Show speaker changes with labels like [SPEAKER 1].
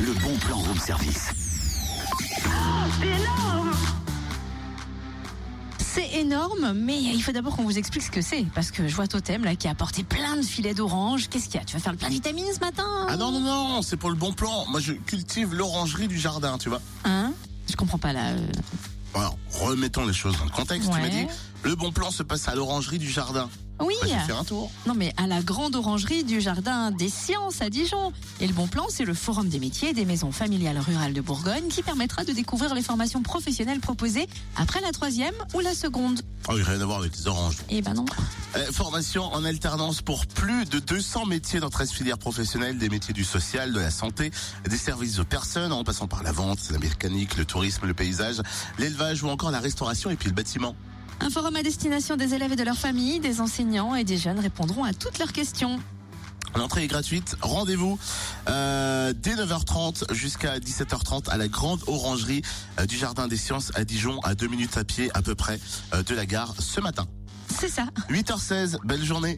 [SPEAKER 1] le bon plan room service.
[SPEAKER 2] C'est énorme, mais il faut d'abord qu'on vous explique ce que c'est. Parce que je vois Totem là qui a apporté plein de filets d'orange. Qu'est-ce qu'il y a Tu vas faire le plein de vitamines ce matin
[SPEAKER 3] Ah non, non, non, c'est pour le bon plan. Moi, je cultive l'orangerie du jardin, tu vois.
[SPEAKER 2] Hein Je comprends pas là. euh.
[SPEAKER 3] Alors, remettons les choses dans le contexte. Tu m'as
[SPEAKER 2] Ouais.
[SPEAKER 3] dit, le bon plan se passe à l'orangerie du jardin.
[SPEAKER 2] Oui
[SPEAKER 3] Bah, je vais faire un tour.
[SPEAKER 2] Non mais à la grande orangerie du Jardin des Sciences à Dijon. Et le bon plan, c'est le forum des métiers des maisons familiales rurales de Bourgogne qui permettra de découvrir les formations professionnelles proposées après la troisième ou la seconde.
[SPEAKER 3] Oh, il n'y a rien à voir avec les oranges.
[SPEAKER 2] Eh ben non.
[SPEAKER 3] Euh, formation en alternance pour plus de 200 métiers dans 13 filières professionnelles, des métiers du social, de la santé, des services aux personnes, en passant par la vente, la mécanique, le tourisme, le paysage, l'élevage ou encore la restauration et puis le bâtiment.
[SPEAKER 2] Un forum à destination des élèves et de leurs familles, des enseignants et des jeunes répondront à toutes leurs questions.
[SPEAKER 3] L'entrée est gratuite. Rendez-vous euh, dès 9h30 jusqu'à 17h30 à la grande orangerie euh, du Jardin des Sciences à Dijon, à deux minutes à pied à peu près euh, de la gare ce matin.
[SPEAKER 2] C'est ça.
[SPEAKER 3] 8h16, belle journée.